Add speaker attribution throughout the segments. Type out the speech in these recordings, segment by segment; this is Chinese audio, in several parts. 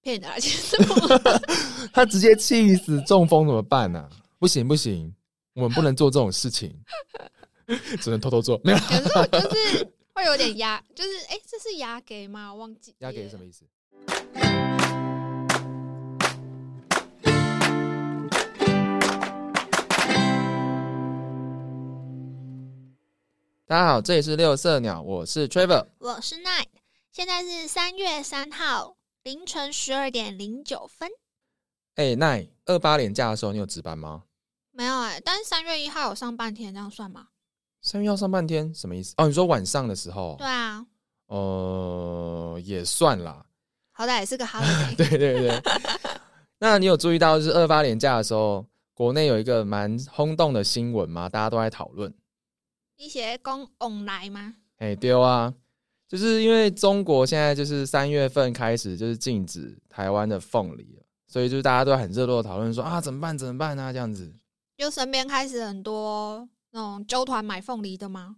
Speaker 1: 骗啊 他去做。
Speaker 2: 他直接气死中风怎么办呢、不行不行，我们不能做这种事情， 只能偷偷做。没有
Speaker 1: 可是我就是会有点压，就是哎、这是压给吗？我忘记
Speaker 2: 压给什
Speaker 1: 么？
Speaker 2: 么意思？大家好，这里是六色鸟，我是 Trevor。
Speaker 1: 我是 Night，现在是三月三号凌晨十二点零九分。
Speaker 2: 哎、奈二八年假的时候，你有值班吗？
Speaker 1: 没有哎、但是三月一号有上半天，这样算吗？
Speaker 2: 三月要上半天，什么意思？哦，你说晚上的时候
Speaker 1: 对？啊，
Speaker 2: 呃，也算啦。
Speaker 1: 好歹也是个 holiday。
Speaker 2: 对对对。那你有注意到，就是二八年假的时候，国内有一个蛮轰动的新闻吗？大家都在讨论。
Speaker 1: 一些公 on 来吗？
Speaker 2: 哎，丢啊！就是因为中国现在就是三月份开始就是禁止台湾的凤梨了，所以就是大家都很热络地讨论说啊，怎么办？怎么办啊？这样子。
Speaker 1: 就身边开始很多那种纠团买凤梨的吗？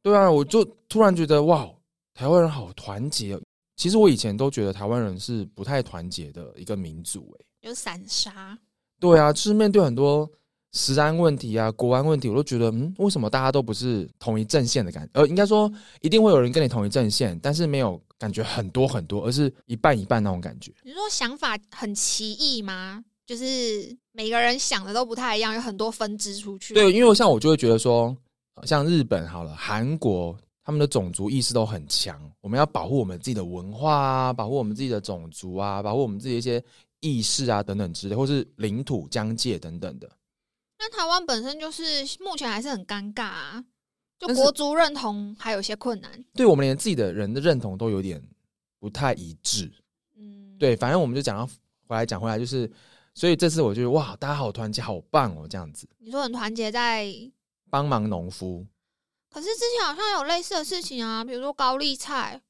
Speaker 2: 对啊，我就突然觉得哇，台湾人好团结哦。其实我以前都觉得台湾人是不太团结的一个民族、哎，
Speaker 1: 有散沙，
Speaker 2: 对啊，就是面对很多食安问题啊、国安问题，我都觉得，嗯，为什么大家都不是同一阵线的感呃，应该说一定会有人跟你同一阵线，但是没有感觉很多很多，而是一半一半那种感觉。
Speaker 1: 你说想法很奇异吗？就是每个人想的都不太一样，有很多分支出去。
Speaker 2: 对，因为我像我就会觉得说，呃像日本好了，韩国他们的种族意识都很强，我们要保护我们自己的文化啊，保护我们自己的种族啊，保护我们自己的一些意识啊等等之类，或是领土疆界等等的。
Speaker 1: 那台湾本身就是目前还是很尴尬、啊，就
Speaker 2: 但是
Speaker 1: 国族认同还有一些困难。
Speaker 2: 对我们连自己的人的认同都有点不太一致。
Speaker 1: 嗯，，
Speaker 2: 对，反正我们就讲到回来讲回来，就是所以这次我觉得哇，大家好团结，好棒哦，这样子
Speaker 1: 你说很团结在，
Speaker 2: 帮忙农夫。
Speaker 1: 可是之前好像有类似的事情啊，比如说高丽菜，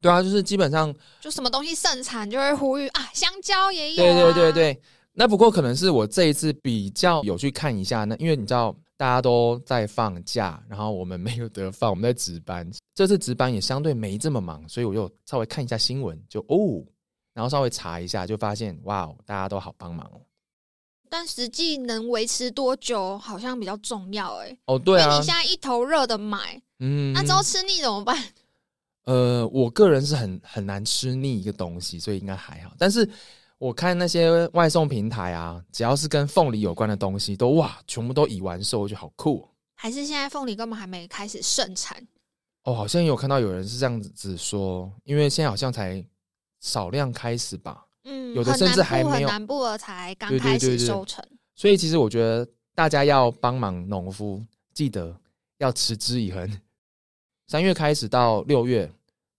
Speaker 2: 对啊，就是基本上，
Speaker 1: 就什么东西盛产就会呼吁啊，香蕉也有、
Speaker 2: 对
Speaker 1: 啊，
Speaker 2: 对对，对。那不过可能是我这一次比较有去看一下，那因为你知道大家都在放假，然后我们没有得放，我们在值班。这次值班也相对没这么忙，所以我就稍微看一下新闻，就哦，然后稍微查一下，就发现哇哦，大家都好帮忙哦。
Speaker 1: 但实际能维持多久好像比较重要哎、
Speaker 2: 哦，对
Speaker 1: 因为
Speaker 2: 啊
Speaker 1: 你，现在一头热的买，
Speaker 2: 嗯，
Speaker 1: 那之后吃腻怎么办？
Speaker 2: 呃，我个人是很很难吃腻一个东西，所以应该还好。但是我看那些外送平台啊，只要是跟凤梨有关的东西，都哇，全部都已完售，我觉得好酷哦
Speaker 1: 还是现在凤梨根本还没开始盛产，
Speaker 2: 哦。哦好像有看到有人是这样子说，因为现在好像才少量开始吧，
Speaker 1: 嗯，
Speaker 2: 有的甚至还没
Speaker 1: 很
Speaker 2: 有
Speaker 1: 南部很南部的才刚
Speaker 2: 对对
Speaker 1: 开
Speaker 2: 对
Speaker 1: 始
Speaker 2: 对
Speaker 1: 收成。
Speaker 2: 所以其实我觉得大家要帮忙农夫，记得要持之以恒。三月开始到六月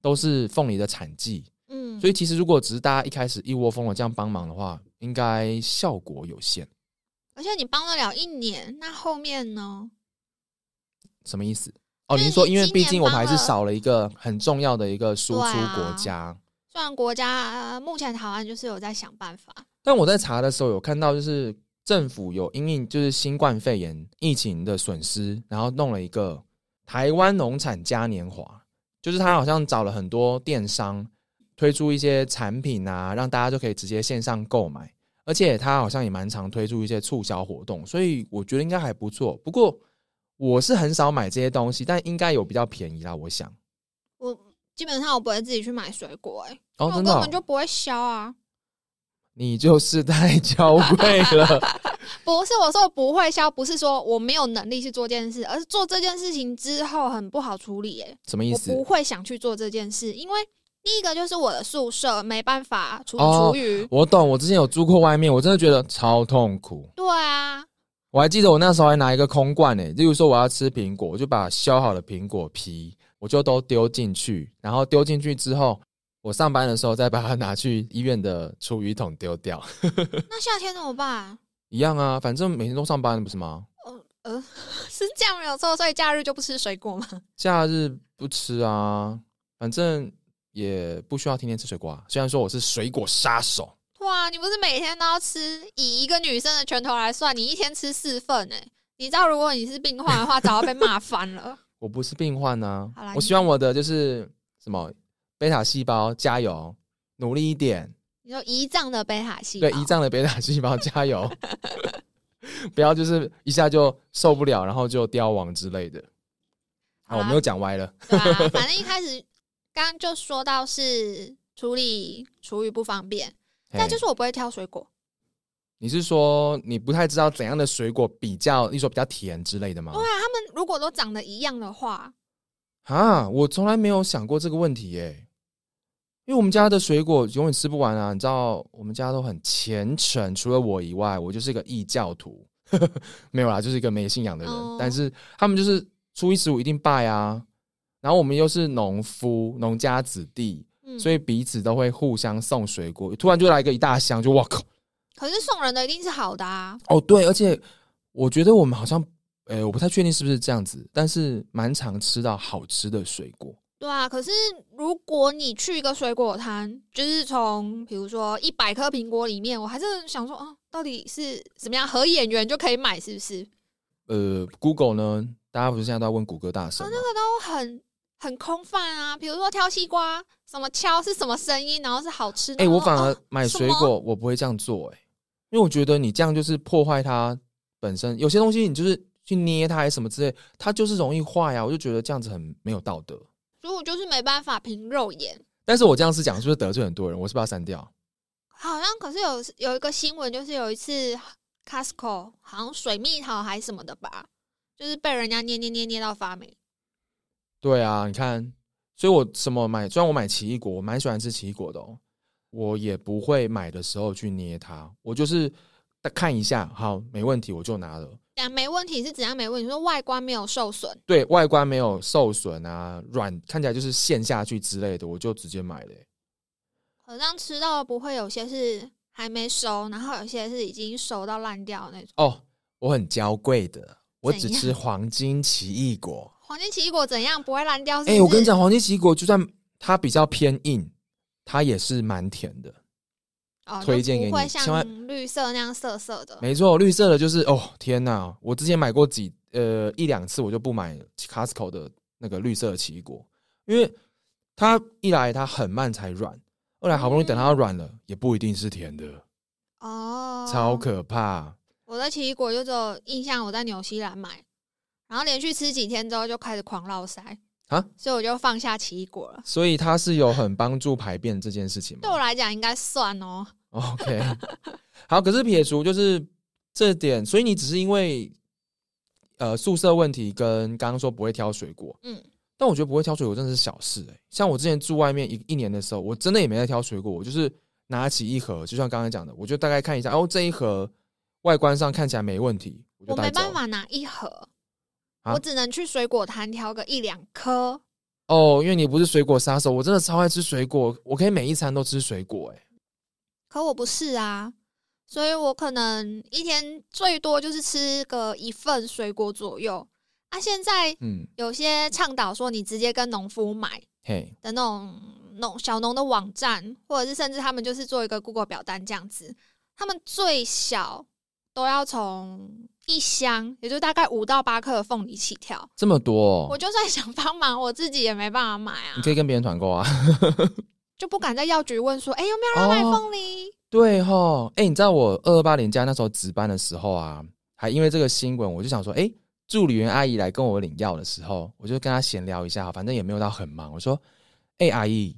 Speaker 2: 都是凤梨的产季，
Speaker 1: 嗯，
Speaker 2: 所以其实如果只是大家一开始一窝蜂的这样帮忙的话，应该效果有限。
Speaker 1: 而且你帮得了一年，那后面呢？
Speaker 2: 什么意思？哦，
Speaker 1: 就是
Speaker 2: 您说
Speaker 1: 你
Speaker 2: 因为
Speaker 1: 今
Speaker 2: 毕
Speaker 1: 年
Speaker 2: 竟我们
Speaker 1: 帮
Speaker 2: 还是
Speaker 1: 了
Speaker 2: 少了一个很重要的一个输出
Speaker 1: 对啊
Speaker 2: 国家。
Speaker 1: 虽然国家、呃目前台湾就是有在想办法，
Speaker 2: 但我在查的时候有看到，就是政府有因应就是新冠肺炎疫情的损失，然后弄了一个台湾农产嘉年华，就是他好像找了很多电商推出一些产品啊，让大家就可以直接线上购买，而且他好像也蛮常推出一些促销活动，所以我觉得应该还不错。不过我是很少买这些东西，但应该有比较便宜啦，我想。
Speaker 1: 我基本上我不会自己去买水果、欸，
Speaker 2: 哦，
Speaker 1: 因为我
Speaker 2: 真的
Speaker 1: 根
Speaker 2: 哦、
Speaker 1: 本就不会削啊。
Speaker 2: 你就是 太娇贵 了。
Speaker 1: 不是我说我不会削，不是说我没有能力去做这件事，而是做这件事情之后很不好处理、欸，
Speaker 2: 什么意
Speaker 1: 我
Speaker 2: 思？
Speaker 1: 不会想去做这件事，因为第一个就是我的宿舍没办法除
Speaker 2: 哦
Speaker 1: 厨余，
Speaker 2: 我懂，我之前有住过外面，我真的觉得超痛苦。
Speaker 1: 对啊，
Speaker 2: 我还记得我那时候还拿一个空罐诶、例如说我要吃苹果，我就把削好的苹果皮，我就都丢进去，然后丢进去之后，我上班的时候再把它拿去医院的厨余桶丢掉，
Speaker 1: 那夏天怎么办？
Speaker 2: 一样啊，反正每天都上班不是吗？
Speaker 1: 呃，是这样没有错，所以假日就不吃水果吗？
Speaker 2: 假日不吃啊，反正也不需要天天吃水果啊。虽然说我是水果杀手，
Speaker 1: 哇，啊你不是每天都要吃？以一个女生的拳头来算，你一天吃四份哎、你知道如果你是病患的话，早要被骂翻 了。
Speaker 2: 我不是病患啊呢、
Speaker 1: 好啦
Speaker 2: 我希望我的就是什么贝塔细胞加油，努力一点，
Speaker 1: 你说胰脏的贝塔细胞，
Speaker 2: 对胰脏的贝塔细胞加 油，不要就是一下就受不了，然后就凋亡之类的。
Speaker 1: 好
Speaker 2: 啊，我
Speaker 1: 啦
Speaker 2: 们又讲歪了。
Speaker 1: 对啊， 反正一开始刚刚就说到是处理厨余不方便，但就
Speaker 2: 嘿
Speaker 1: 是我不会挑水果，
Speaker 2: 你是说你不太知道怎样的水果比较，你说比较甜之类的吗
Speaker 1: 对？啊，他们如果都长得一样的话，
Speaker 2: 啊，我从来没有想过这个问题耶，因为我们家的水果永远吃不完啊。你知道，我们家都很虔诚，除了我以外，我就是一个异教徒， 没有啦，就是一个没信仰的人。
Speaker 1: 哦
Speaker 2: 但是他们就是初一十五一定拜啊，然后我们又是农夫、农家子弟，
Speaker 1: 嗯，
Speaker 2: 所以彼此都会互相送水果。突然就来一个一大箱，就哇靠！
Speaker 1: 可是送人的一定是好的啊，
Speaker 2: 哦，对，而且我觉得我们好像，呃，我不太确定是不是这样子，但是蛮常吃到好吃的水果。
Speaker 1: 对啊。可是如果你去一个水果摊，就是从比如说一百颗苹果里面，我还是想说啊，到底是怎么样合眼缘就可以买，是不是？
Speaker 2: 呃，Google 呢，大家不是现在都要问谷歌大神
Speaker 1: 啊，
Speaker 2: 吗
Speaker 1: 那？个都很很空泛啊。比如说挑西瓜，什么敲是什么声音，然后是好吃。
Speaker 2: 哎、
Speaker 1: 然后
Speaker 2: 我反而
Speaker 1: 哦
Speaker 2: 买
Speaker 1: 什
Speaker 2: 水
Speaker 1: 么
Speaker 2: 果，我不会这样做、哎，因为我觉得你这样就是破坏它本身。有些东西你就是去捏它，还是什么之类，它就是容易坏啊。我就觉得这样子很没有道德。
Speaker 1: 所以我就是没办法凭肉眼。
Speaker 2: 但是我这样是讲是不是得罪很多人？我是不是要删掉？
Speaker 1: 好像可是有有一个新闻，就是有一次 Costco 好像水蜜桃还是什么的吧，就是被人家捏捏捏捏到发霉。
Speaker 2: 对啊，你看，所以我什么买，虽然我买奇异果，我蛮喜欢吃奇异果的哦，我也不会买的时候去捏它，我就是看一下，好，没问题，我就拿了。
Speaker 1: 但没问题是怎样没问题？说外观没有受损，
Speaker 2: 对外观没有受损啊，软看起来就是陷下去之类的，我就直接买了欸、
Speaker 1: 好像吃到的不会有些是还没熟，然后有些是已经熟到烂掉的那种。
Speaker 2: 哦，我很娇贵的，我只
Speaker 1: 怎样
Speaker 2: 吃黄金奇异果。
Speaker 1: 黄金奇异果怎样不会烂掉是不
Speaker 2: 哎、
Speaker 1: 是？
Speaker 2: 我跟你，讲，黄金奇异果就算它比较偏硬，它也是蛮甜的。
Speaker 1: 哦、就
Speaker 2: 推荐给你
Speaker 1: 不会
Speaker 2: 千
Speaker 1: 像
Speaker 2: 万
Speaker 1: 绿色那样涩涩的。
Speaker 2: 没错，绿色的就是哦，天哪！我之前买过几呃一两次，我就不买 Costco 的那个绿色的奇异果，因为它一来它很慢才软，二来好不容易等它软了，也不一定是甜的，
Speaker 1: 哦，
Speaker 2: 超可怕。
Speaker 1: 我的奇异果就只有印象，我在纽西兰买，然后连续吃几天之后就开始狂落腮
Speaker 2: 啊，
Speaker 1: 所以我就放下奇异果了。
Speaker 2: 所以它是有很帮助排便这件事情
Speaker 1: 对我
Speaker 2: 吗
Speaker 1: 来讲应该算哦，
Speaker 2: ？OK，好，可是撇除就是这点，所以你只是因为呃宿舍问题跟刚刚说不会挑水果，
Speaker 1: 嗯，
Speaker 2: 但我觉得不会挑水果真的是小事哎、像我之前住外面一一年的时候，我真的也没在挑水果，我就是拿起一盒，就像刚才讲的，我就大概看一下，哦，这一盒外观上看起来没问题，我就
Speaker 1: 我
Speaker 2: 带
Speaker 1: 没
Speaker 2: 走。
Speaker 1: 办法拿一盒，
Speaker 2: 啊
Speaker 1: 我只能去水果摊挑个一两颗。
Speaker 2: 哦，因为你不是水果杀手，我真的超爱吃水果，我可以每一餐都吃水果哎、
Speaker 1: 可我不是啊，所以我可能一天最多就是吃个一份水果左右。啊，现在
Speaker 2: 嗯，
Speaker 1: 有些倡导说你直接跟农夫买
Speaker 2: 嘿，
Speaker 1: 的那种农小农的网站，或者是甚至他们就是做一个 Google 表单这样子，他们最小都要从一箱，也就大概五到八克的凤梨起跳。
Speaker 2: 这么多、
Speaker 1: 我
Speaker 2: 哦，
Speaker 1: 就算想帮忙，我自己也没办法买啊
Speaker 2: 你，可以跟别人团购啊。
Speaker 1: 就不敢在药局问说，哎、有没有人要买
Speaker 2: 哦
Speaker 1: 凤梨？
Speaker 2: 对哈，哎、你知道我二二八年假那时候值班的时候啊，还因为这个新闻，我就想说，哎、助理员阿姨来跟我领药的时候，我就跟她闲聊一下，反正也没有到很忙。我说，哎、阿姨，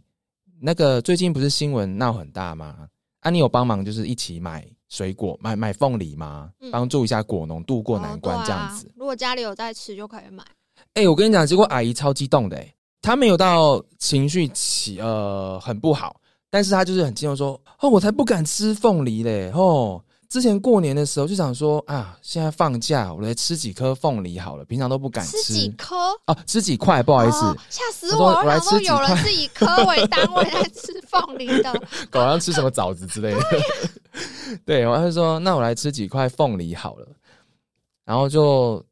Speaker 2: 那个最近不是新闻闹很大吗？啊，你有帮忙就是一起买水果，买买凤梨吗
Speaker 1: 嗯？
Speaker 2: 帮助一下果农渡过难
Speaker 1: 哦
Speaker 2: 关
Speaker 1: 对
Speaker 2: 这样子
Speaker 1: 啊。。如果家里有在吃，就可以买。
Speaker 2: 哎、我跟你讲，结果阿姨超激动的、欸，她没有到情绪起呃很不好，但是她就是很激动说：“哦，我才不敢吃凤梨嘞！哦，之前过年的时候就想说啊，现在放假，我来吃几颗凤梨好了，平常都不敢
Speaker 1: 吃
Speaker 2: 吃
Speaker 1: 几颗？哦
Speaker 2: 哦、吃几块，不
Speaker 1: 不
Speaker 2: 好意思，
Speaker 1: 吓、死
Speaker 2: 我说
Speaker 1: 我！
Speaker 2: 我
Speaker 1: 我
Speaker 2: 来
Speaker 1: 想说
Speaker 2: 吃几
Speaker 1: 有人
Speaker 2: 块
Speaker 1: 是以颗为单位在吃凤梨的，
Speaker 2: 搞好像吃什么枣子之类的。 对，我就说那我来吃几块凤梨好了。然后就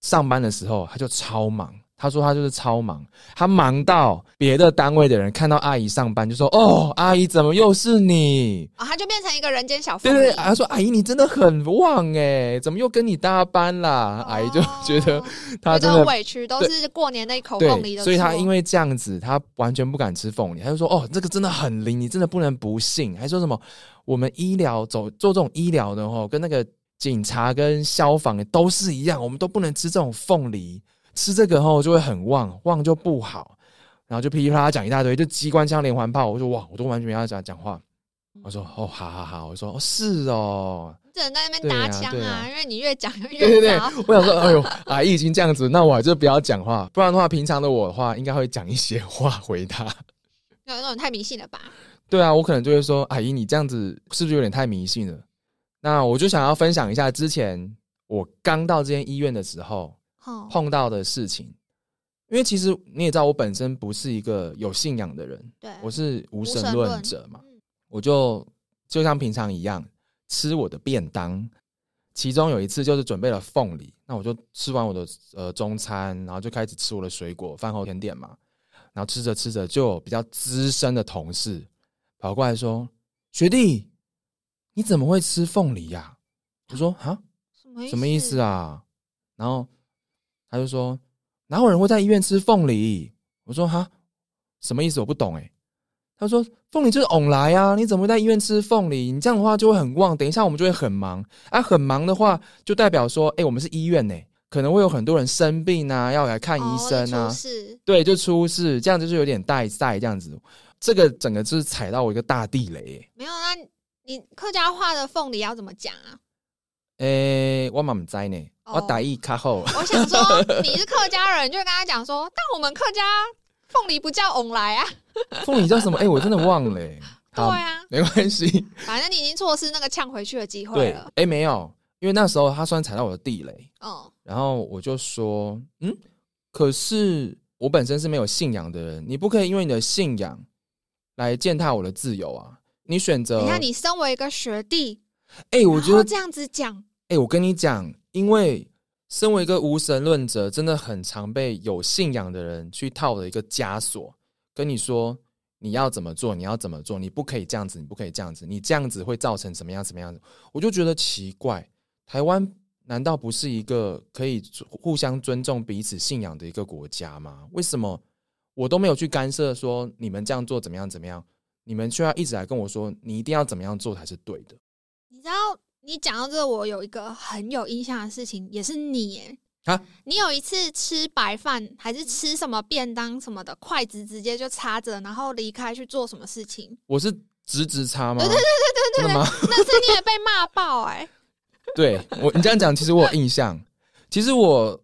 Speaker 2: 上班的时候，他就超忙，他说他就是超忙，他忙到别的单位的人看到阿姨上班就说：“哦，阿姨怎么又是你？”
Speaker 1: 啊，他就变成一个人间小
Speaker 2: 对
Speaker 1: 凤
Speaker 2: 对，
Speaker 1: 梨
Speaker 2: 对，啊他说：“阿姨你真的很旺哎，怎么又跟你搭班啦？”阿姨就
Speaker 1: 哦
Speaker 2: 觉得他
Speaker 1: 觉
Speaker 2: 真
Speaker 1: 得很
Speaker 2: 的
Speaker 1: 委屈，都是过年那一口凤梨
Speaker 2: 对，
Speaker 1: 的错。
Speaker 2: 所以他因为这样子，他完全不敢吃凤梨，他就说：“哦，这个真的很灵，你真的不能不信。”还说什么我们医疗走做这种医疗的哦，跟那个警察跟消防都是一样，我们都不能吃这种凤梨，吃这个后就会很旺，旺就不好，然后就噼里啪啦讲一大堆，就机关枪连环炮，我就哇，我都完全没跟他讲讲话。我说哦，好好好，我说哦是哦，
Speaker 1: 只能在那边
Speaker 2: 对
Speaker 1: 搭
Speaker 2: 啊
Speaker 1: 腔
Speaker 2: 对
Speaker 1: 啊，
Speaker 2: 啊
Speaker 1: 因为你越讲就
Speaker 2: 对对
Speaker 1: 越
Speaker 2: 对
Speaker 1: 糟。，
Speaker 2: 我想说，哎呦， 阿姨已经这样子，那我还是不要讲话，不然的话，平常的我的话，应该会讲一些话回她。
Speaker 1: 有那种太迷信了吧？
Speaker 2: 对啊，我可能就会说，阿姨，你这样子是不是有点太迷信了？那我就想要分享一下之前我刚到这间医院的时候
Speaker 1: 哦，
Speaker 2: 碰到的事情，因为其实你也知道，我本身不是一个有信仰的人，
Speaker 1: 对，
Speaker 2: 我是无
Speaker 1: 无
Speaker 2: 神
Speaker 1: 神
Speaker 2: 论
Speaker 1: 论
Speaker 2: 者嘛，
Speaker 1: 嗯
Speaker 2: 我就就像平常一样吃我的便当。其中有一次就是准备了凤梨，那我就吃完我的呃中餐，然后就开始吃我的水果，饭后甜点嘛。然后吃着吃着，就有比较资深的同事跑过来说：“学弟，你怎么会吃凤梨呀、我说：“啊，
Speaker 1: 什么
Speaker 2: 什么意思？啊？”然后他就说：“哪有人会在医院吃凤梨？”我说：“哈，什么意思？我不懂哎、他说：“凤梨就是翁来啊，你怎么会在医院吃凤梨？你这样的话就会很旺，等一下我们就会很忙啊，很忙的话就代表说，哎、我们是医院呢、可能会有很多人生病啊，要来看
Speaker 1: 哦
Speaker 2: 医生啊，
Speaker 1: 是
Speaker 2: 对，就出事，这样就是有点带赛这样子。这个整个就是踩到我一个大地雷耶、
Speaker 1: 没有啊？那你客家话的凤梨要怎么讲啊？
Speaker 2: 诶、哎我嘛唔知呢，
Speaker 1: 哦
Speaker 2: 我打一卡后，
Speaker 1: 我想说你是客家人，就会跟他讲说，但我们客家凤梨不叫翁来啊。
Speaker 2: 凤梨叫什么？诶、哎我真的忘了耶、
Speaker 1: 对
Speaker 2: 好，
Speaker 1: 啊，
Speaker 2: 没关系。
Speaker 1: 反正你已经错失那个呛回去的机 会啊
Speaker 2: 对，
Speaker 1: 了
Speaker 2: 诶。、没有，因为那时候他虽然踩到我的地雷，
Speaker 1: 哦，
Speaker 2: 然后我就说，嗯，可是我本身是没有信仰的人，你不可以因为你的信仰来践踏我的自由啊。你选择，
Speaker 1: 你看，你身为一个学弟，
Speaker 2: 诶、我觉
Speaker 1: 然后
Speaker 2: 得
Speaker 1: 这样子讲，
Speaker 2: 哎、我跟你讲，因为身为一个无神论者，真的很常被有信仰的人去套的一个枷锁，跟你说你要怎么做，你要怎么做，你不可以这样子，你不可以这样子，你这样子会造成什么样什么样子，我就觉得奇怪，台湾。难道不是一个可以互相尊重彼此信仰的一个国家吗？为什么我都没有去干涉说你们这样做怎么样怎么样，你们却要一直来跟我说你一定要怎么样做才是对的？
Speaker 1: 你知道，你讲到这个，我有一个很有印象的事情，也是你耶。
Speaker 2: 啊
Speaker 1: 你有一次吃白饭还是吃什么便当什么的，筷子直接就插着，然后离开去做什么事 情？
Speaker 2: 我是直直插吗？
Speaker 1: 对对
Speaker 2: 对真的吗？
Speaker 1: 那次你也被骂爆哎、
Speaker 2: 对我，你这样讲，其实我有印象。其实我，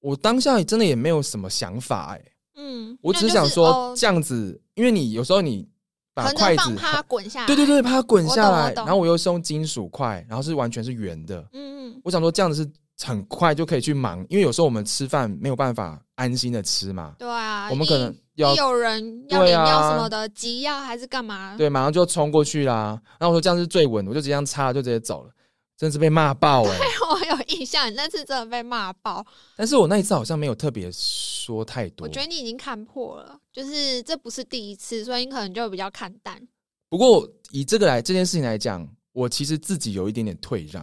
Speaker 2: 我当下真的也没有什么想法、哎，
Speaker 1: 嗯，
Speaker 2: 我
Speaker 1: 那
Speaker 2: 只
Speaker 1: 就是
Speaker 2: 想说
Speaker 1: 哦
Speaker 2: 这样子，因为你有时候你把
Speaker 1: 横
Speaker 2: 筷
Speaker 1: 着
Speaker 2: 子
Speaker 1: 放，怕它滚下来。
Speaker 2: 对对对，把它滚
Speaker 1: 我
Speaker 2: 下
Speaker 1: 懂我
Speaker 2: 来，
Speaker 1: 懂
Speaker 2: 然后我又是用金属块，然后是完全是圆的。
Speaker 1: 嗯，嗯，
Speaker 2: 我想说这样子是很快就可以去忙，因为有时候我们吃饭没有办法安心的吃嘛，
Speaker 1: 对啊，
Speaker 2: 我们可能
Speaker 1: 一
Speaker 2: 要
Speaker 1: 一有人要
Speaker 2: 对
Speaker 1: 饮
Speaker 2: 啊
Speaker 1: 料什么的，急要还是干嘛？
Speaker 2: 对，马上就冲过去啦。然后我说这样是最稳，我就直接这样插，就直接走了，真是被骂爆哎、
Speaker 1: 我有印象，你那次真的被骂爆。
Speaker 2: 但是我那一次好像没有特别说太多，
Speaker 1: 我觉得你已经看破了，就是这不是第一次，所以你可能就比较看淡。
Speaker 2: 不过以这个来这件事情来讲，我其实自己有一点点退让，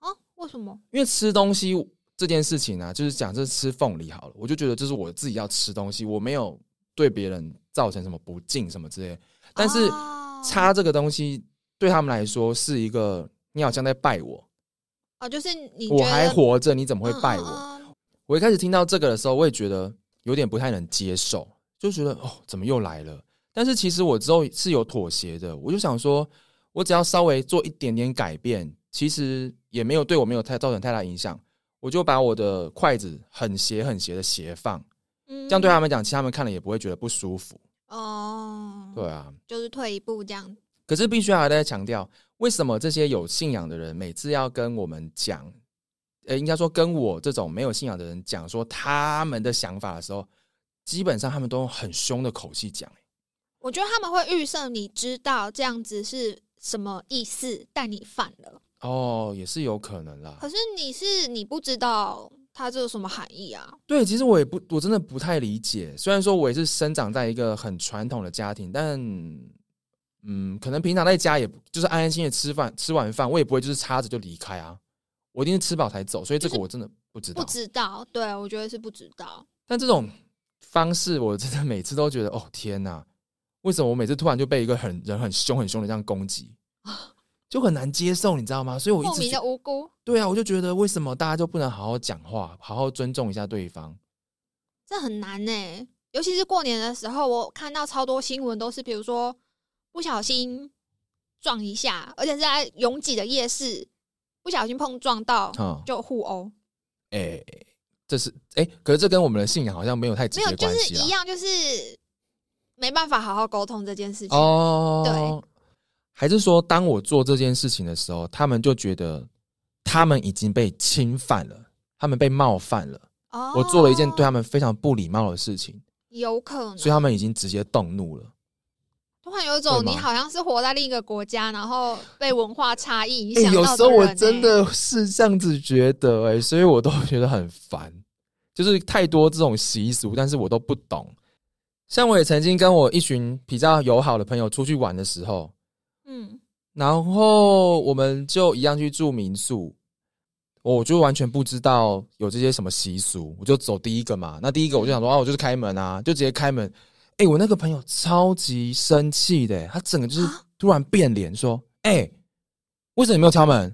Speaker 1: 哦，为什么？
Speaker 2: 因为吃东西这件事情啊，就是假设吃凤梨好了，我就觉得这是我自己要吃东西，我没有对别人造成什么不敬什么之类的。但是
Speaker 1: 哦
Speaker 2: 插这个东西对他们来说是一个，你好像在拜我，
Speaker 1: 哦，就是你
Speaker 2: 我
Speaker 1: 觉
Speaker 2: 还
Speaker 1: 得
Speaker 2: 活着，你怎么会拜我？
Speaker 1: 嗯嗯嗯
Speaker 2: 我一开始听到这个的时候，我也觉得有点不太能接受，就觉得哦，怎么又来了？但是其实我之后是有妥协的，我就想说，我只要稍微做一点点改变，其实也没有对我没有太造成太大影响。我就把我的筷子很斜很斜的斜放，
Speaker 1: 嗯
Speaker 2: 这样对他们讲，其实他们看了也不会觉得不舒服。
Speaker 1: 哦，
Speaker 2: 对，啊，
Speaker 1: 就是退一步这样。
Speaker 2: 可是必须还在强调，为什么这些有信仰的人每次要跟我们讲，呃，应该说跟我这种没有信仰的人讲说他们的想法的时候，基本上他们都用很凶的口气讲、
Speaker 1: 我觉得他们会预设你知道这样子是什么意思，但你反了。
Speaker 2: 哦，也是有可能啦
Speaker 1: 可。是你是你不知道它这有什么含义啊？
Speaker 2: 对，其实我也不，我真的不太理解。虽然说我也是生长在一个很传统的家庭，但嗯，可能平常在家也就是安安心心的吃饭，吃完饭我也不会就是插着就离开啊，我一定是吃饱才走。所以这
Speaker 1: 就
Speaker 2: 个
Speaker 1: 是
Speaker 2: 我真的不知道。
Speaker 1: 不知道，对我觉得是不知道。
Speaker 2: 但这种方式，我真的每次都觉得，哦天哪，为什么我每次突然就被一个很人很凶很凶的这样攻击，就很难接受，你知道吗？所以我一
Speaker 1: 啊莫
Speaker 2: 直
Speaker 1: 名
Speaker 2: 觉
Speaker 1: 的无辜，
Speaker 2: 对啊，我就觉得为什么大家就不能好好讲话，好好尊重一下对方？
Speaker 1: 这很难呢、尤其是过年的时候，我看到超多新闻都是，比如说不小心撞一下，而且是在拥挤的夜市不小心碰撞到
Speaker 2: 哈、
Speaker 1: 就互殴，
Speaker 2: 哎、这是哎、可是这跟我们的信仰好像没有太直
Speaker 1: 没有，
Speaker 2: 接
Speaker 1: 就
Speaker 2: 关
Speaker 1: 是
Speaker 2: 系啊
Speaker 1: 一。样，就是没办法好好沟通这件事情。
Speaker 2: 哦，还是说当我做这件事情的时候，他们就觉得他们已经被侵犯了，他们被冒犯了。
Speaker 1: 哦
Speaker 2: 我做了一件对他们非常不礼貌的事情，
Speaker 1: 有可
Speaker 2: 所以
Speaker 1: 能，
Speaker 2: 他们已经直接动怒了。
Speaker 1: 突然有一种
Speaker 2: 会吗
Speaker 1: 你好像是活在另一个国家，然后被文化差异影
Speaker 2: 哎、
Speaker 1: 响到、欸
Speaker 2: 有时候我真，的是这样子觉得、哎，所以我都觉得很烦，就是太多这种习俗，但是我都不懂。像我也曾经跟我一群比较友好的朋友出去玩的时候，
Speaker 1: 嗯，
Speaker 2: 然后我们就一样去住民宿，我就完全不知道有这些什么习俗，我就走第一个嘛。那第一
Speaker 1: 嗯
Speaker 2: 个我就想说啊，我就是开门啊，就直接开门。哎、我那个朋友超级生气的，欸他整个就是
Speaker 1: 啊
Speaker 2: 突然变脸说：“哎、为什么你没有敲门？”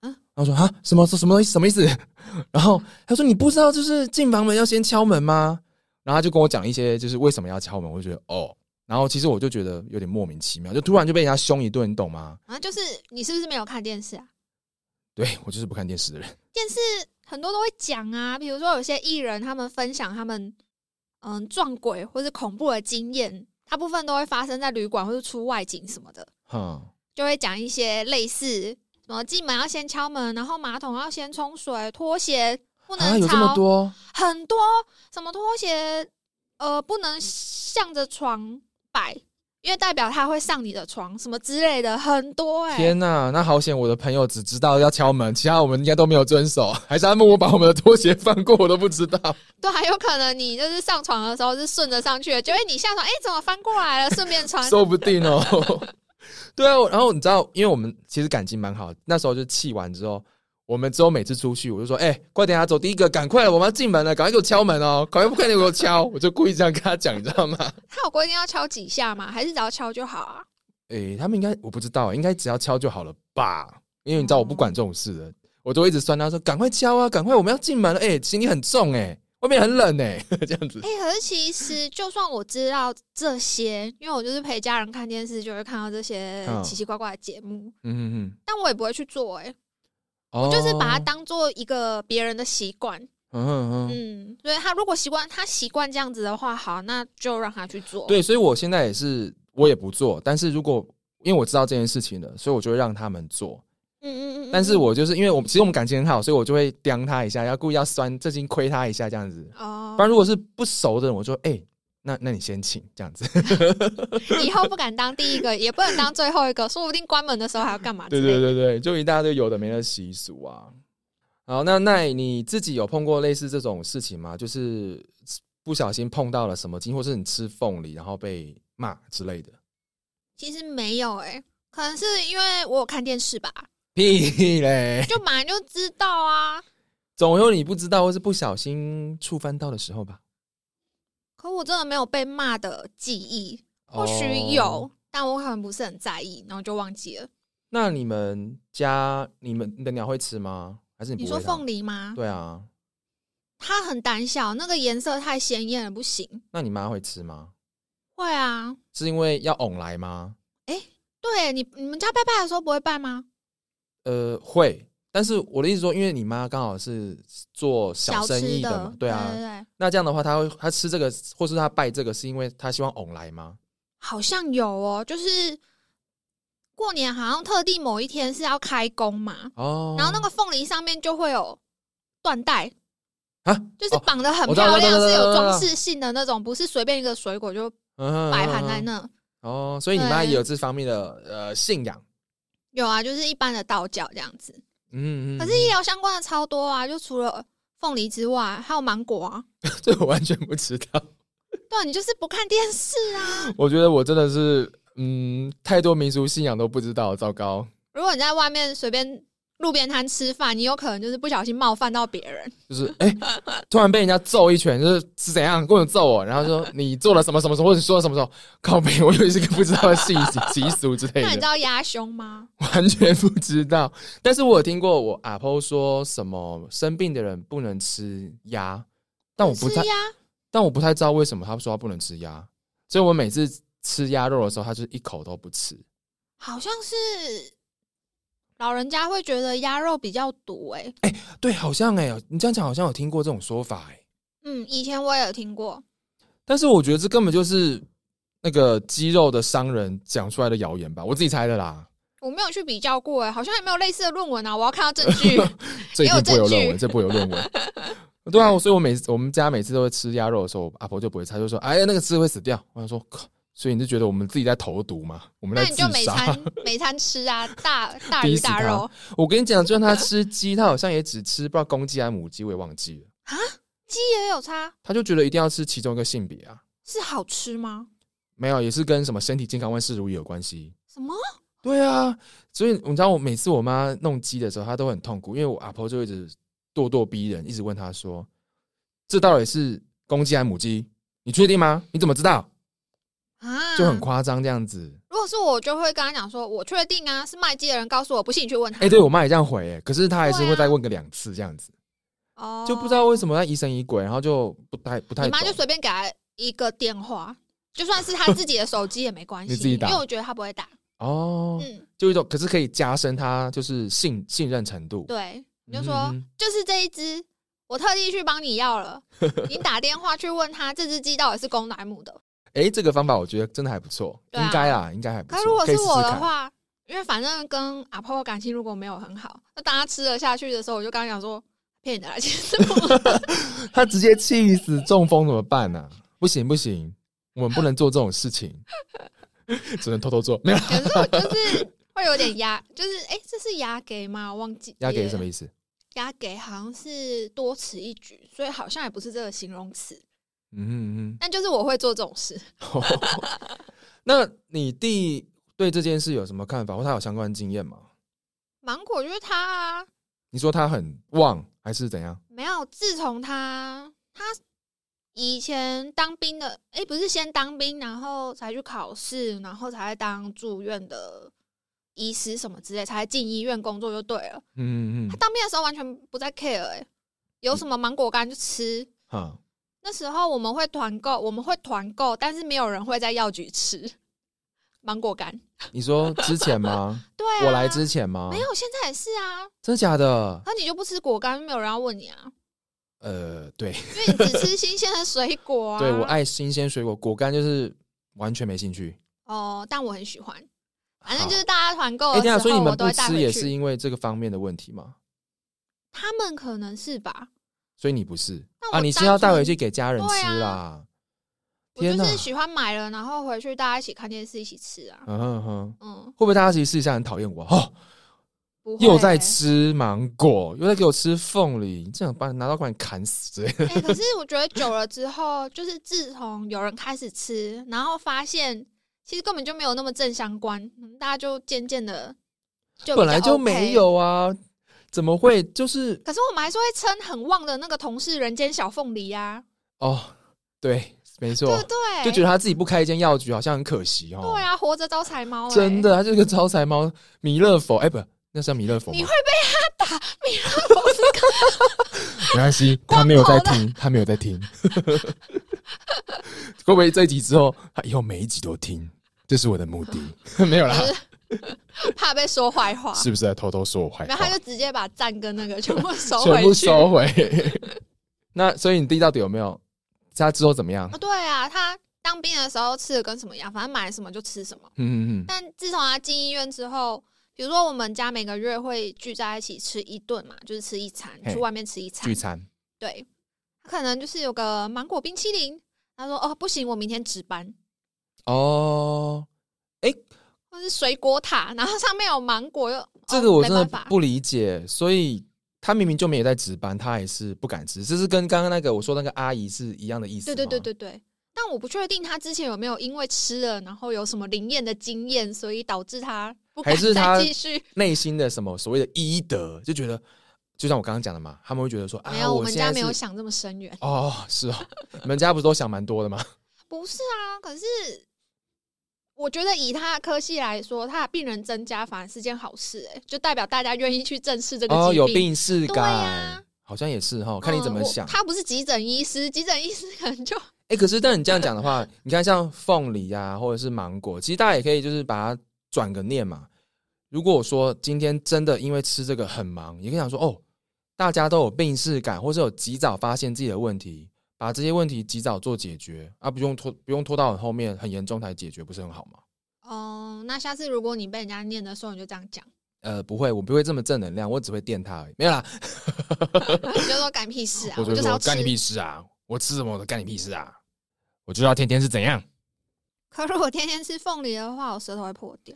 Speaker 1: 啊嗯
Speaker 2: 然后说啊，什么什么意思什么意思？ 然后他说你不知道就是进房门要先敲门吗？然后他就跟我讲一些就是为什么要敲门，我就觉得哦，然后其实我就觉得有点莫名其妙，就突然就被人家凶一顿，你懂吗？
Speaker 1: 然后就是你是不是没有看电视啊？
Speaker 2: 对我就是不看电视的人。
Speaker 1: 电视很多都会讲啊，比如说有些艺人他们分享他们嗯撞鬼或是恐怖的经验，大部分都会发生在旅馆或是出外景什么的，
Speaker 2: 哼，
Speaker 1: 就会讲一些类似什么进门要先敲门，然后马桶要先冲水，拖鞋不
Speaker 2: 啊，
Speaker 1: 能
Speaker 2: 有
Speaker 1: 朝、
Speaker 2: 这么多
Speaker 1: 很多什么拖鞋呃不能向着床摆，因为代表他会上你的床什么之类的，很多哎、
Speaker 2: 天呐！那好险，我的朋友只知道要敲门，其他我们应该都没有遵守，还是他们我把我们的拖鞋放过，我都不知道。，
Speaker 1: 对啊，还有可能你就是上床的时候是顺着上去的，就会你下床，哎、怎么翻过来了？顺便穿
Speaker 2: 说不定哦。 对啊，然后你知道，因为我们其实感情蛮好，那时候就气完之后，我们之后每次出去，我就说：“哎、快点啊，走第一个，赶快了，我们要进门了，赶快给我敲门哦，赶快快点给我敲。”我就故意这样跟他讲，你知道吗？
Speaker 1: 他有规定要敲几下吗？还是只要敲就好啊？
Speaker 2: 哎、他们应该我不知道，应该只要敲就好了吧？因为你知道我不管这种事的，我都一直酸他说：“赶快敲啊，赶快，我们要进门了。哎、行李很重哎、外面很冷哎、 这样子。
Speaker 1: 哎、可是其实就算我知道这些，因为我就是陪家人看电视，就会看到这些
Speaker 2: 嗯
Speaker 1: 奇奇怪怪的节目，
Speaker 2: 嗯嗯
Speaker 1: 但我也不会去做、哎，
Speaker 2: 嗯，
Speaker 1: 我就是把它
Speaker 2: 哦
Speaker 1: 当做一个别人的习惯，
Speaker 2: 嗯嗯嗯，
Speaker 1: 嗯，所以他如果习惯，他习惯这样子的话，好，那就让他去做，
Speaker 2: 对，所以我现在也是，我也不做，但是如果因为我知道这件事情了，所以我就会让他们做。
Speaker 1: 嗯，嗯嗯嗯，
Speaker 2: 但是我就是因为我们其实我们感情很好，所以我就会刁他一下，要故意要酸，最近亏他一下这样子。
Speaker 1: 哦
Speaker 2: 不，然如果是不熟的人，我就哎、那那你先请这样子。
Speaker 1: 以后不敢当第一个，也不能当最后一个，说不定关门的时候还要干嘛之
Speaker 2: 对
Speaker 1: 类的？
Speaker 2: 对对对，就一大堆有的没的习俗啊。好，那奈你自己有碰过类似这种事情吗？就是不小心碰到了什么经，或是你吃凤梨然后被骂之类的？
Speaker 1: 其实没有诶、可能是因为我有看电视吧，
Speaker 2: 屁嘞！
Speaker 1: 就马上就知道啊。
Speaker 2: 总有你不知道或是不小心触犯到的时候吧。
Speaker 1: 可我真的没有被骂的记忆，或许有，
Speaker 2: 哦
Speaker 1: 但我可能不是很在意，然后就忘记了。
Speaker 2: 那你们家你们你的鸟会吃吗？还是
Speaker 1: 你
Speaker 2: 你不
Speaker 1: 说
Speaker 2: 会它？
Speaker 1: 凤梨吗？
Speaker 2: 对啊，
Speaker 1: 它很胆小，那个颜色太鲜艳了，不行。
Speaker 2: 那你妈会吃吗？
Speaker 1: 会啊，
Speaker 2: 是因为要拱来吗？
Speaker 1: 对你你们家拜拜的时候不会拜吗？
Speaker 2: 呃，会。但是我的意思说，因为你妈刚好是做小生
Speaker 1: 吃
Speaker 2: 意的嘛
Speaker 1: 的，，嗯
Speaker 2: 对啊，
Speaker 1: 对对对，
Speaker 2: 那这样的话，他会他吃这个，或是他拜这个，是因为他希望拱来吗？
Speaker 1: 好像有哦，就是过年好像特地某一天是要开工嘛，
Speaker 2: 哦，
Speaker 1: 然后那个凤梨上面就会有缎带，
Speaker 2: 啊，
Speaker 1: 就是
Speaker 2: 哦
Speaker 1: 绑的很
Speaker 2: 我知道
Speaker 1: 漂亮，
Speaker 2: 我知道
Speaker 1: 是
Speaker 2: 我
Speaker 1: 有
Speaker 2: 知道
Speaker 1: 装饰性的那种，不是随便一个水果就
Speaker 2: 嗯
Speaker 1: 摆盘在那。
Speaker 2: 哦，所以你妈
Speaker 1: 对
Speaker 2: 也有这方面的呃信仰，
Speaker 1: 有啊，就是一般的道教这样子。
Speaker 2: 嗯，嗯
Speaker 1: 可是医疗相关的超多啊，就除了凤梨之外，还有芒果啊。
Speaker 2: 嗯 这我完全不知道。
Speaker 1: 对啊，你就是不看电视啊。
Speaker 2: 我觉得我真的是，嗯，太多民俗信仰都不知道，糟糕。
Speaker 1: 如果你在外面随便路边摊吃饭，你有可能就是不小心冒犯到别人。
Speaker 2: 就是哎、突然被人家揍一拳，就是是怎样，为什么揍我？然 后说你做了什么什么什么，或者说了什么什么，靠背，我以为是个不知道的习 俗习俗之类
Speaker 1: 那你知
Speaker 2: 的，
Speaker 1: 道压胸吗？
Speaker 2: 完全不知道。但是我有听过我阿婆说什么生病的人不能吃鸭，但我不
Speaker 1: 吃
Speaker 2: 太，
Speaker 1: 鸭，
Speaker 2: 但我不太知道为什么他说他不能吃鸭，所以我每次吃鸭肉的时候，他就是一口都不吃。
Speaker 1: 好像是老人家会觉得鸭肉比较毒哎、
Speaker 2: 对，好像哎、你这样讲好像有听过这种说法哎、
Speaker 1: 嗯，以前我也有听过，
Speaker 2: 但是我觉得这根本就是那个鸡肉的商人讲出来的谣言吧，我自己猜的啦。
Speaker 1: 我没有去比较过哎、好像也没有类似的论文啊。我要看到证 据。
Speaker 2: 这一定不会有论
Speaker 1: 也有
Speaker 2: 文，
Speaker 1: 证据
Speaker 2: 这不会有论文。对啊，所以我每次我们家每次都会吃鸭肉的时候，我阿婆就不会吃，她就说：“哎呀，那个吃会死掉。”我想说，靠所以你就觉得我们自己在投毒吗？我们
Speaker 1: 那
Speaker 2: 在
Speaker 1: 你就
Speaker 2: 自
Speaker 1: 每
Speaker 2: 杀？
Speaker 1: 餐每餐吃啊， 大大
Speaker 2: 逼
Speaker 1: 鱼
Speaker 2: 死
Speaker 1: 大
Speaker 2: 他
Speaker 1: 肉。
Speaker 2: 我跟你讲，就算他吃鸡，他好像也只吃不知道公鸡还是母鸡，我也忘记了。
Speaker 1: 鸡也有差，
Speaker 2: 他就觉得一定要吃其中一个性别啊，
Speaker 1: 是好吃吗？
Speaker 2: 没有，也是跟什么身体健康万事如意有关系。
Speaker 1: 什么？
Speaker 2: 对啊，所以你知道，我每次我妈弄鸡的时候，她都很痛苦，因为我阿婆就一直咄咄逼人，一直问她说：“这到底是公鸡还是母鸡？你确定吗？你怎么知道？”
Speaker 1: 啊，
Speaker 2: 就很夸张这样子。
Speaker 1: 如果是我，就会跟他讲说，我确定啊，是卖鸡的人告诉我，不信你去问他。
Speaker 2: 哎、对我妈也这样回、欸，可是她还是
Speaker 1: 对啊
Speaker 2: 会再问个两次这样子，
Speaker 1: 哦
Speaker 2: 就不知道为什么她疑神疑鬼，然后就不太不太
Speaker 1: 你
Speaker 2: 懂
Speaker 1: 妈。就随便给他一个电话，就算是他自己的手机也没关系，
Speaker 2: 你自己打
Speaker 1: 因为我觉得他不会打。
Speaker 2: 哦，
Speaker 1: 嗯，
Speaker 2: 就一种，可是可以加深她就是信信任程度。
Speaker 1: 对，你就
Speaker 2: 嗯
Speaker 1: 说、就是这一只，我特地去帮你要了，你打电话去问他这只鸡到底是公奶母的。
Speaker 2: 哎、这个方法我觉得真的还不错，
Speaker 1: 对啊
Speaker 2: 应该啦，应该还不
Speaker 1: 可
Speaker 2: 错。
Speaker 1: 如果
Speaker 2: 可以
Speaker 1: 是
Speaker 2: 试
Speaker 1: 我
Speaker 2: 试
Speaker 1: 的
Speaker 2: 看。
Speaker 1: 话，因为反正跟阿婆感情如果没有很好，那当他吃了下去的时候，我就跟他讲说骗你的啦，其实不是
Speaker 2: 他直接气死中风怎么办呢、不行不行，我们不能做这种事情， 只能偷偷做。没有
Speaker 1: 可是我就是会有点压，就是哎、诶这是压给吗？我忘记
Speaker 2: 要给
Speaker 1: 了
Speaker 2: 什么意思？
Speaker 1: 压给好像是多此一举，所以好像也不是这个形容词，
Speaker 2: 嗯嗯
Speaker 1: 但就是我会做这种事。
Speaker 2: 嗯。 那你弟对这件事有什么看法，或他有相关经验吗？
Speaker 1: 芒果就是他啊，
Speaker 2: 你说他很旺还是怎样？
Speaker 1: 没有，自从他他以前当兵的，诶，不是先当兵，然后才去考试，然后才当住院的医师什么之类，才进医院工作就对了。
Speaker 2: 嗯嗯
Speaker 1: 他
Speaker 2: 嗯，
Speaker 1: 当兵的时候完全不在 care，诶，有什么芒果干就吃。
Speaker 2: 哈，
Speaker 1: 那时候我们会团购，我们会团购，但是没有人会在药局吃 芒果干。
Speaker 2: 你说之前吗？
Speaker 1: 对啊，
Speaker 2: 我来之前吗？
Speaker 1: 没，有，现在也是啊。
Speaker 2: 真的假的？
Speaker 1: 那你就不吃果干，没有人要问你啊，
Speaker 2: 呃，对，
Speaker 1: 因为你只吃新鲜的水果啊。
Speaker 2: 对我爱新鲜水果，果干就是完全没兴趣。
Speaker 1: 哦，但我很喜欢。反
Speaker 2: 好
Speaker 1: 正就是大家团购
Speaker 2: 哎，
Speaker 1: 的
Speaker 2: 这
Speaker 1: 时候，
Speaker 2: 样，所以你
Speaker 1: 我
Speaker 2: 们
Speaker 1: 都
Speaker 2: 不
Speaker 1: 会带
Speaker 2: 吃
Speaker 1: 回
Speaker 2: 也是
Speaker 1: 去。
Speaker 2: 因为这个方面的问题吗？
Speaker 1: 他们可能是吧，
Speaker 2: 所以你不是
Speaker 1: 那我
Speaker 2: 啊？你
Speaker 1: 单
Speaker 2: 是要带
Speaker 1: 纯
Speaker 2: 回去给家人
Speaker 1: 对
Speaker 2: 吃
Speaker 1: 啊
Speaker 2: 啦？
Speaker 1: 我
Speaker 2: 天
Speaker 1: 就
Speaker 2: 哪！
Speaker 1: 是喜欢买了，然后回去大家一起看电视，一起吃啊。
Speaker 2: 嗯哼哼，
Speaker 1: 嗯，
Speaker 2: 会不会大家其实私底下很讨厌我？哦，
Speaker 1: 不会、欸
Speaker 2: 又在。吃芒果，又在给我吃凤梨，这样把你拿刀把你砍死欸之类的。
Speaker 1: 哎、可是我觉得久了之后，就是自从有人开始吃，然后发现其实根本就没有那么正相关，嗯大家就渐渐的就比较
Speaker 2: 本来就
Speaker 1: OK
Speaker 2: 没。有啊，怎么会？就是
Speaker 1: 可是我们还是会称很旺的那个同事人间小凤梨呀、
Speaker 2: 哦，对，没
Speaker 1: 对
Speaker 2: 错
Speaker 1: 不，对？
Speaker 2: 就觉得他自己不开一间药局，好像很可惜哦。
Speaker 1: 对啊，活着招财猫、欸，
Speaker 2: 真的，他就是个招财猫，弥勒佛。哎，不，那是叫弥勒佛吗
Speaker 1: 你？会被他打，米勒佛是个
Speaker 2: 没关系，
Speaker 1: 光
Speaker 2: 他没有在
Speaker 1: 头的
Speaker 2: 听，他没有在听。会不会这一集之后，他以后每一集都听？这是我的 目的，没有啦，
Speaker 1: 欸怕被说坏话，
Speaker 2: 是不是在偷偷说我坏
Speaker 1: 然后他
Speaker 2: 话？
Speaker 1: 就直接把赞跟那个全 部收回去，
Speaker 2: 全部收回。 那所以你弟到底有没有？他之后怎么样？
Speaker 1: 哦对啊，他当兵的时候吃的跟什么一样，反正买什么就吃什么。
Speaker 2: 嗯嗯
Speaker 1: 但自从他进医院之后，比如说我们家每个月会聚在一起吃一顿嘛，就是吃一餐，
Speaker 2: 嘿
Speaker 1: 去外面吃一
Speaker 2: 嗯，
Speaker 1: 餐
Speaker 2: 聚。餐
Speaker 1: 对，他可能就是有个芒果冰淇淋，他说哦不行，我明天值班，
Speaker 2: 哦。
Speaker 1: 或是水果塔，然后上面有芒果又，
Speaker 2: 这个
Speaker 1: 哦
Speaker 2: 我
Speaker 1: 没
Speaker 2: 真的
Speaker 1: 办法
Speaker 2: 不理解，所以他明明就没有在值班，他还是不敢吃，这是跟刚刚那个我说那个阿姨是一样的意思。
Speaker 1: 对对对，对对。但我不确定他之前有没有因为吃了，然后有什么灵验的经验，所以导致他不敢
Speaker 2: 还是他
Speaker 1: 再继续。
Speaker 2: 内心的什么所谓的医德，就觉得就像我刚刚讲的嘛，他们会觉得说
Speaker 1: 没
Speaker 2: 啊，
Speaker 1: 有，我们
Speaker 2: 现在
Speaker 1: 家
Speaker 2: 是
Speaker 1: 没有想这么深远。
Speaker 2: 哦，是哦，你们家不是都想蛮多的吗？
Speaker 1: 不是啊，可是我觉得以他的科系来说，他的病人增加反而是件好事、欸，就代表大家愿意去正 视这个疾病。
Speaker 2: 哦，有病视
Speaker 1: 对
Speaker 2: 感，
Speaker 1: 呀
Speaker 2: 好像也是哈，看你怎么
Speaker 1: 嗯我
Speaker 2: 想。
Speaker 1: 他不是急诊医师，急诊医师可能就
Speaker 2: 哎、可是但你这样讲的话，你看像凤梨啊，或者是芒果，其实大家也可以就是把它转个念嘛。如果我说今天真的因为吃这个很忙，也可以想说哦，大家都有病视感，或是有及早发现自己的问题，把这些问题及早做解决，啊，不用拖不用拖到很后面很严重才解决，不是很好吗？
Speaker 1: 哦、那下次如果你被人家念的时候，你就这样讲，
Speaker 2: 呃，不会，我不会这么正能量，我只会电他而已，没有啦，
Speaker 1: 你就说干屁事啊，我
Speaker 2: 就
Speaker 1: 就是
Speaker 2: 说
Speaker 1: 要
Speaker 2: 干你
Speaker 1: 吃。
Speaker 2: 屁事啊，我吃什么我都干你屁事啊，我就要天天是怎样。
Speaker 1: 可如果天天吃凤梨的话，我舌头会破掉。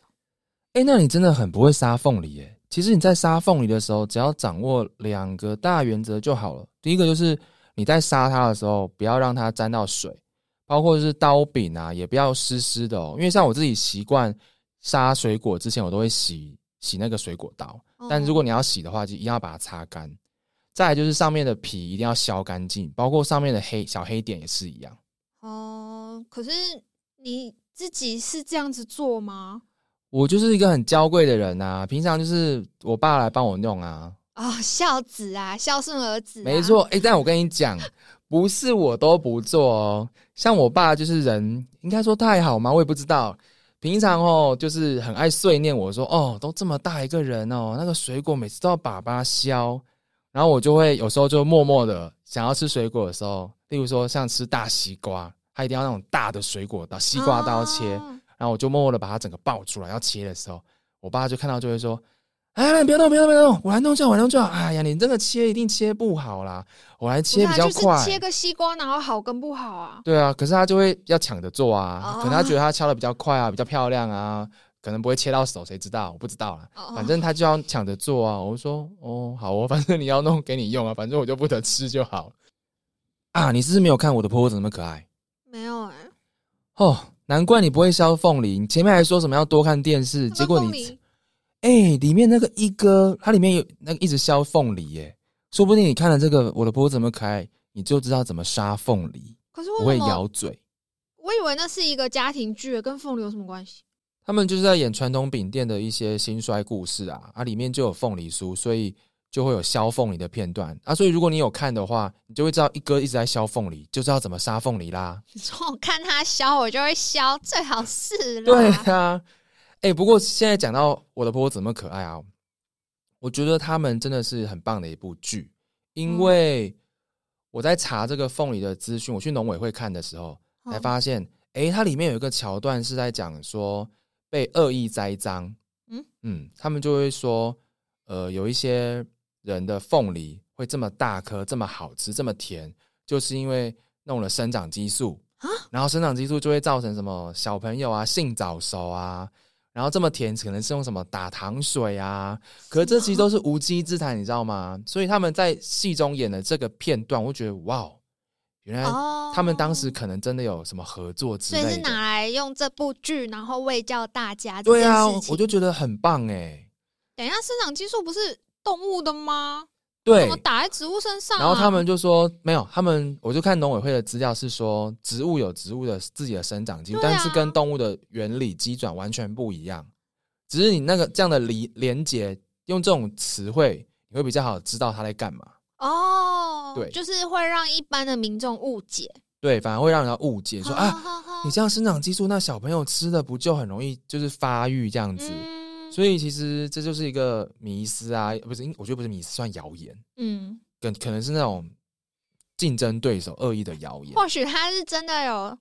Speaker 2: 哎、那你真的很不会杀凤梨耶！其实你在杀凤梨的时候，只要掌握两个大原则就好了。第一个就是你在杀它的时候，不要让它沾到水，包括是刀柄啊，也不要湿湿的哦。因为像我自己习惯杀水果之前，我都会洗洗那个水果刀，
Speaker 1: 哦
Speaker 2: 但
Speaker 1: 嗯
Speaker 2: 如果你要洗的话，就一定要把它擦干。再来就是上面的皮一定要削干净，包括上面的黑小黑点也是一样。
Speaker 1: 哦、可是你自己是这样子做吗？
Speaker 2: 我就是一个很娇贵的人啊，平常就是我爸来帮我弄啊，
Speaker 1: 哦，孝子啊，孝顺儿子、啊，
Speaker 2: 没错，哎、但我跟你讲，不是我都不做哦。像我爸就是人，应该说太好吗？我也不知道。平常哦，就是很爱碎念我说，哦，都这么大一个人哦，那个水果每次都要粑粑削。然后我就会有时候就默默的想要吃水果的时候，例如说像吃大西瓜，他一定要那种大的水果刀，西瓜刀切。
Speaker 1: 哦
Speaker 2: 然后我就默默的把它整个爆出来，要切的时候，我爸就看到就会说：“哎，不要动，不要动，不要动，我来弄就好，我来弄就好。哎呀，你这个切一定切不好啦，我来切
Speaker 1: 不
Speaker 2: 比
Speaker 1: 是啊
Speaker 2: 较快。
Speaker 1: 就是切个西瓜，然后好跟不好啊？
Speaker 2: 对啊，可是他就会要抢着做啊，
Speaker 1: 哦
Speaker 2: 可能他觉得他敲的比较快啊，比较漂亮啊，可能不会切到手，谁知道？我不知道啦。
Speaker 1: 哦
Speaker 2: 反正他就要抢着做啊。我就说：哦，好哦，反正你要弄给你用啊，反正我就不得吃就好。啊，你是不是没有看我的婆婆怎么那么可爱？
Speaker 1: 没有哎、
Speaker 2: 哦，难怪你不会削凤梨。你前面还说什么要多看电视，结果
Speaker 1: 那凤
Speaker 2: 你
Speaker 1: 梨
Speaker 2: 哎、里面那个一哥，它里面有那个一直削凤梨耶，说不定你看了这个《我的婆婆怎么可爱》，你就知道怎么杀凤梨，
Speaker 1: 可是
Speaker 2: 不
Speaker 1: 为
Speaker 2: 会
Speaker 1: 什么？
Speaker 2: 咬嘴。
Speaker 1: 我以为那是一个家庭剧，跟凤梨有什么关系？
Speaker 2: 他们就是在演传统饼店的一些兴衰故事啊，啊，里面就有凤梨酥，所以就会有削凤梨的片段啊。所以如果你有看的话，你就会知道一哥一直在削凤梨，就知道怎么杀凤梨啦。
Speaker 1: 你说我看他削，我就会削，最好是啦。
Speaker 2: 对啊，哎、不过现在讲到我的婆婆怎么可爱啊，我觉得他们真的是很棒的一部剧，因为我在查这个凤梨的资讯，我去农委会看的时候，
Speaker 1: 嗯
Speaker 2: 才发现，哎、它里面有一个桥段是在讲说被恶意栽赃，嗯
Speaker 1: 嗯
Speaker 2: 嗯，他们就会说，呃，有一些人的凤梨会这么大颗、这么好吃、这么甜，就是因为弄了生长激素
Speaker 1: 啊
Speaker 2: 然后生长激素就会造成什么小朋友啊性早熟啊，然后这么甜可能是用什么打糖水啊，可是这其实都是无稽之谈，你知道吗？所以他们在戏中演的这个片段，我就觉得哇，哦原来
Speaker 1: 哦，
Speaker 2: 他们当时可能真的有什么合作之
Speaker 1: 所
Speaker 2: 类
Speaker 1: 以
Speaker 2: 的。
Speaker 1: 是拿来用这部剧，然后喂教大家这
Speaker 2: 对
Speaker 1: 件
Speaker 2: 啊，
Speaker 1: 事
Speaker 2: 我
Speaker 1: 情。
Speaker 2: 我就觉得很棒哎。
Speaker 1: 等一下，生长激素不是动物的吗？
Speaker 2: 对
Speaker 1: 怎哦么，打在植物身上啊、
Speaker 2: 然后他们就说没有，他们我就看农委会的资料是说，植物有植物的自己的生长激素，
Speaker 1: 对啊
Speaker 2: 但是跟动物的原理机转完全不一样。只是你那个这样的理连接，用这种词汇，你会比较好知道他在干嘛。
Speaker 1: 哦，
Speaker 2: 对
Speaker 1: 就是会让一般的民众误解。
Speaker 2: 对，反而会让人家误解说啊，
Speaker 1: 啊
Speaker 2: 你这样生长激素，那小朋友吃的不就很容易就是发育这样子？
Speaker 1: 嗯
Speaker 2: 所以其实这就是一个迷思啊，不是，应我觉得不是迷思，算谣言，
Speaker 1: 嗯，
Speaker 2: 可可能是那种竞争对手恶意的谣言
Speaker 1: 或许他是真的有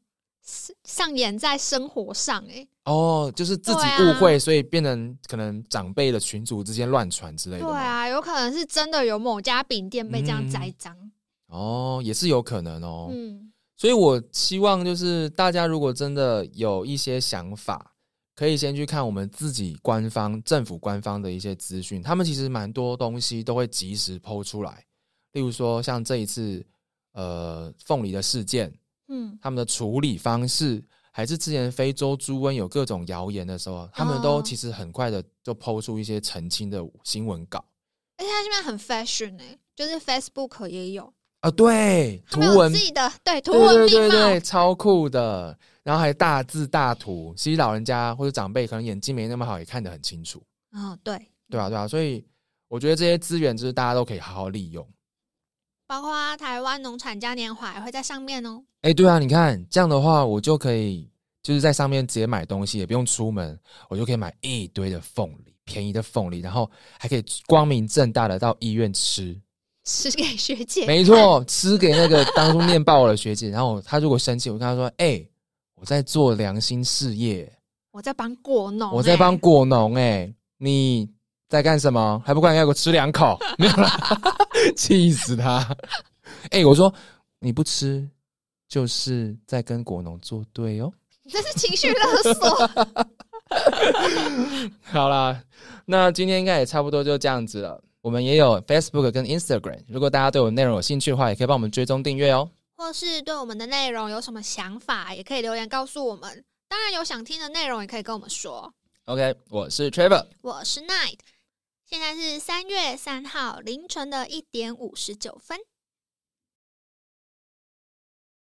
Speaker 1: 上演在生活上、欸，
Speaker 2: 哦，就是自己
Speaker 1: 对
Speaker 2: 误
Speaker 1: 啊
Speaker 2: 会，所以变成可能长辈的群组之间乱传之类的哦
Speaker 1: 对
Speaker 2: 嘛。
Speaker 1: 啊，有可能是真的有某家饼店被这样栽赃，
Speaker 2: 哦，也是有可能哦。
Speaker 1: 嗯，
Speaker 2: 所以我希望就是大家如果真的有一些想法，可以先去看我们自己官方、政府官方的一些资讯，他们其实蛮多东西都会及时抛出来，例如说像这一次呃凤梨的事件，
Speaker 1: 嗯，
Speaker 2: 他们的处理方式，还是之前非洲猪瘟有各种谣言的时候，他们都
Speaker 1: 哦
Speaker 2: 其实很快的就抛出一些澄清的新闻稿
Speaker 1: 而且它现在很 fashion 哎、就是 Facebook 也有，
Speaker 2: 啊，对，
Speaker 1: 哦他
Speaker 2: 图
Speaker 1: 们有
Speaker 2: 文
Speaker 1: 自己的对图
Speaker 2: 对
Speaker 1: 文
Speaker 2: 对
Speaker 1: 并
Speaker 2: 对
Speaker 1: 茂
Speaker 2: 对，，超酷的，然后还大字大图，其实老人家或者长辈可能眼睛没那么好，也看得很清楚，
Speaker 1: 嗯，对，
Speaker 2: 对啊对啊，所以我觉得这些资源就是大家都可以好好利用。
Speaker 1: 包括台湾农产嘉年华也会在上面哦。
Speaker 2: 哎，对啊，你看这样的话，我就可以就是在上面直接买东西，也不用出门，我就可以买一堆的凤梨，便宜的凤梨，然后还可以光明正大的到医院吃。
Speaker 1: 是 给学姐，
Speaker 2: 没错，吃给那个当初念爆我的学姐，然后她如果生气，我跟她说：“哎、我在做良心事业，
Speaker 1: 我在帮果农、欸
Speaker 2: 我在帮，果农、哎，你在干什么？还不快点给我吃两口？ 没有啦，气死他！哎、我说你不吃，就是在跟果农作对哦。
Speaker 1: 你这是情绪勒索。
Speaker 2: 好啦，那今天应该也差不多就这样子了。我们也有 Facebook 跟 Instagram，如果大家对我们内容有兴趣的话，也可以帮我们追踪订阅哦。
Speaker 1: 或是对我们的内容有什么想法，也可以留言告诉我们。当然，有想听的内容也可以跟我们说。
Speaker 2: OK，我是 Trevor，
Speaker 1: 我是 Night，现在是三月三号凌晨的一点五十九分。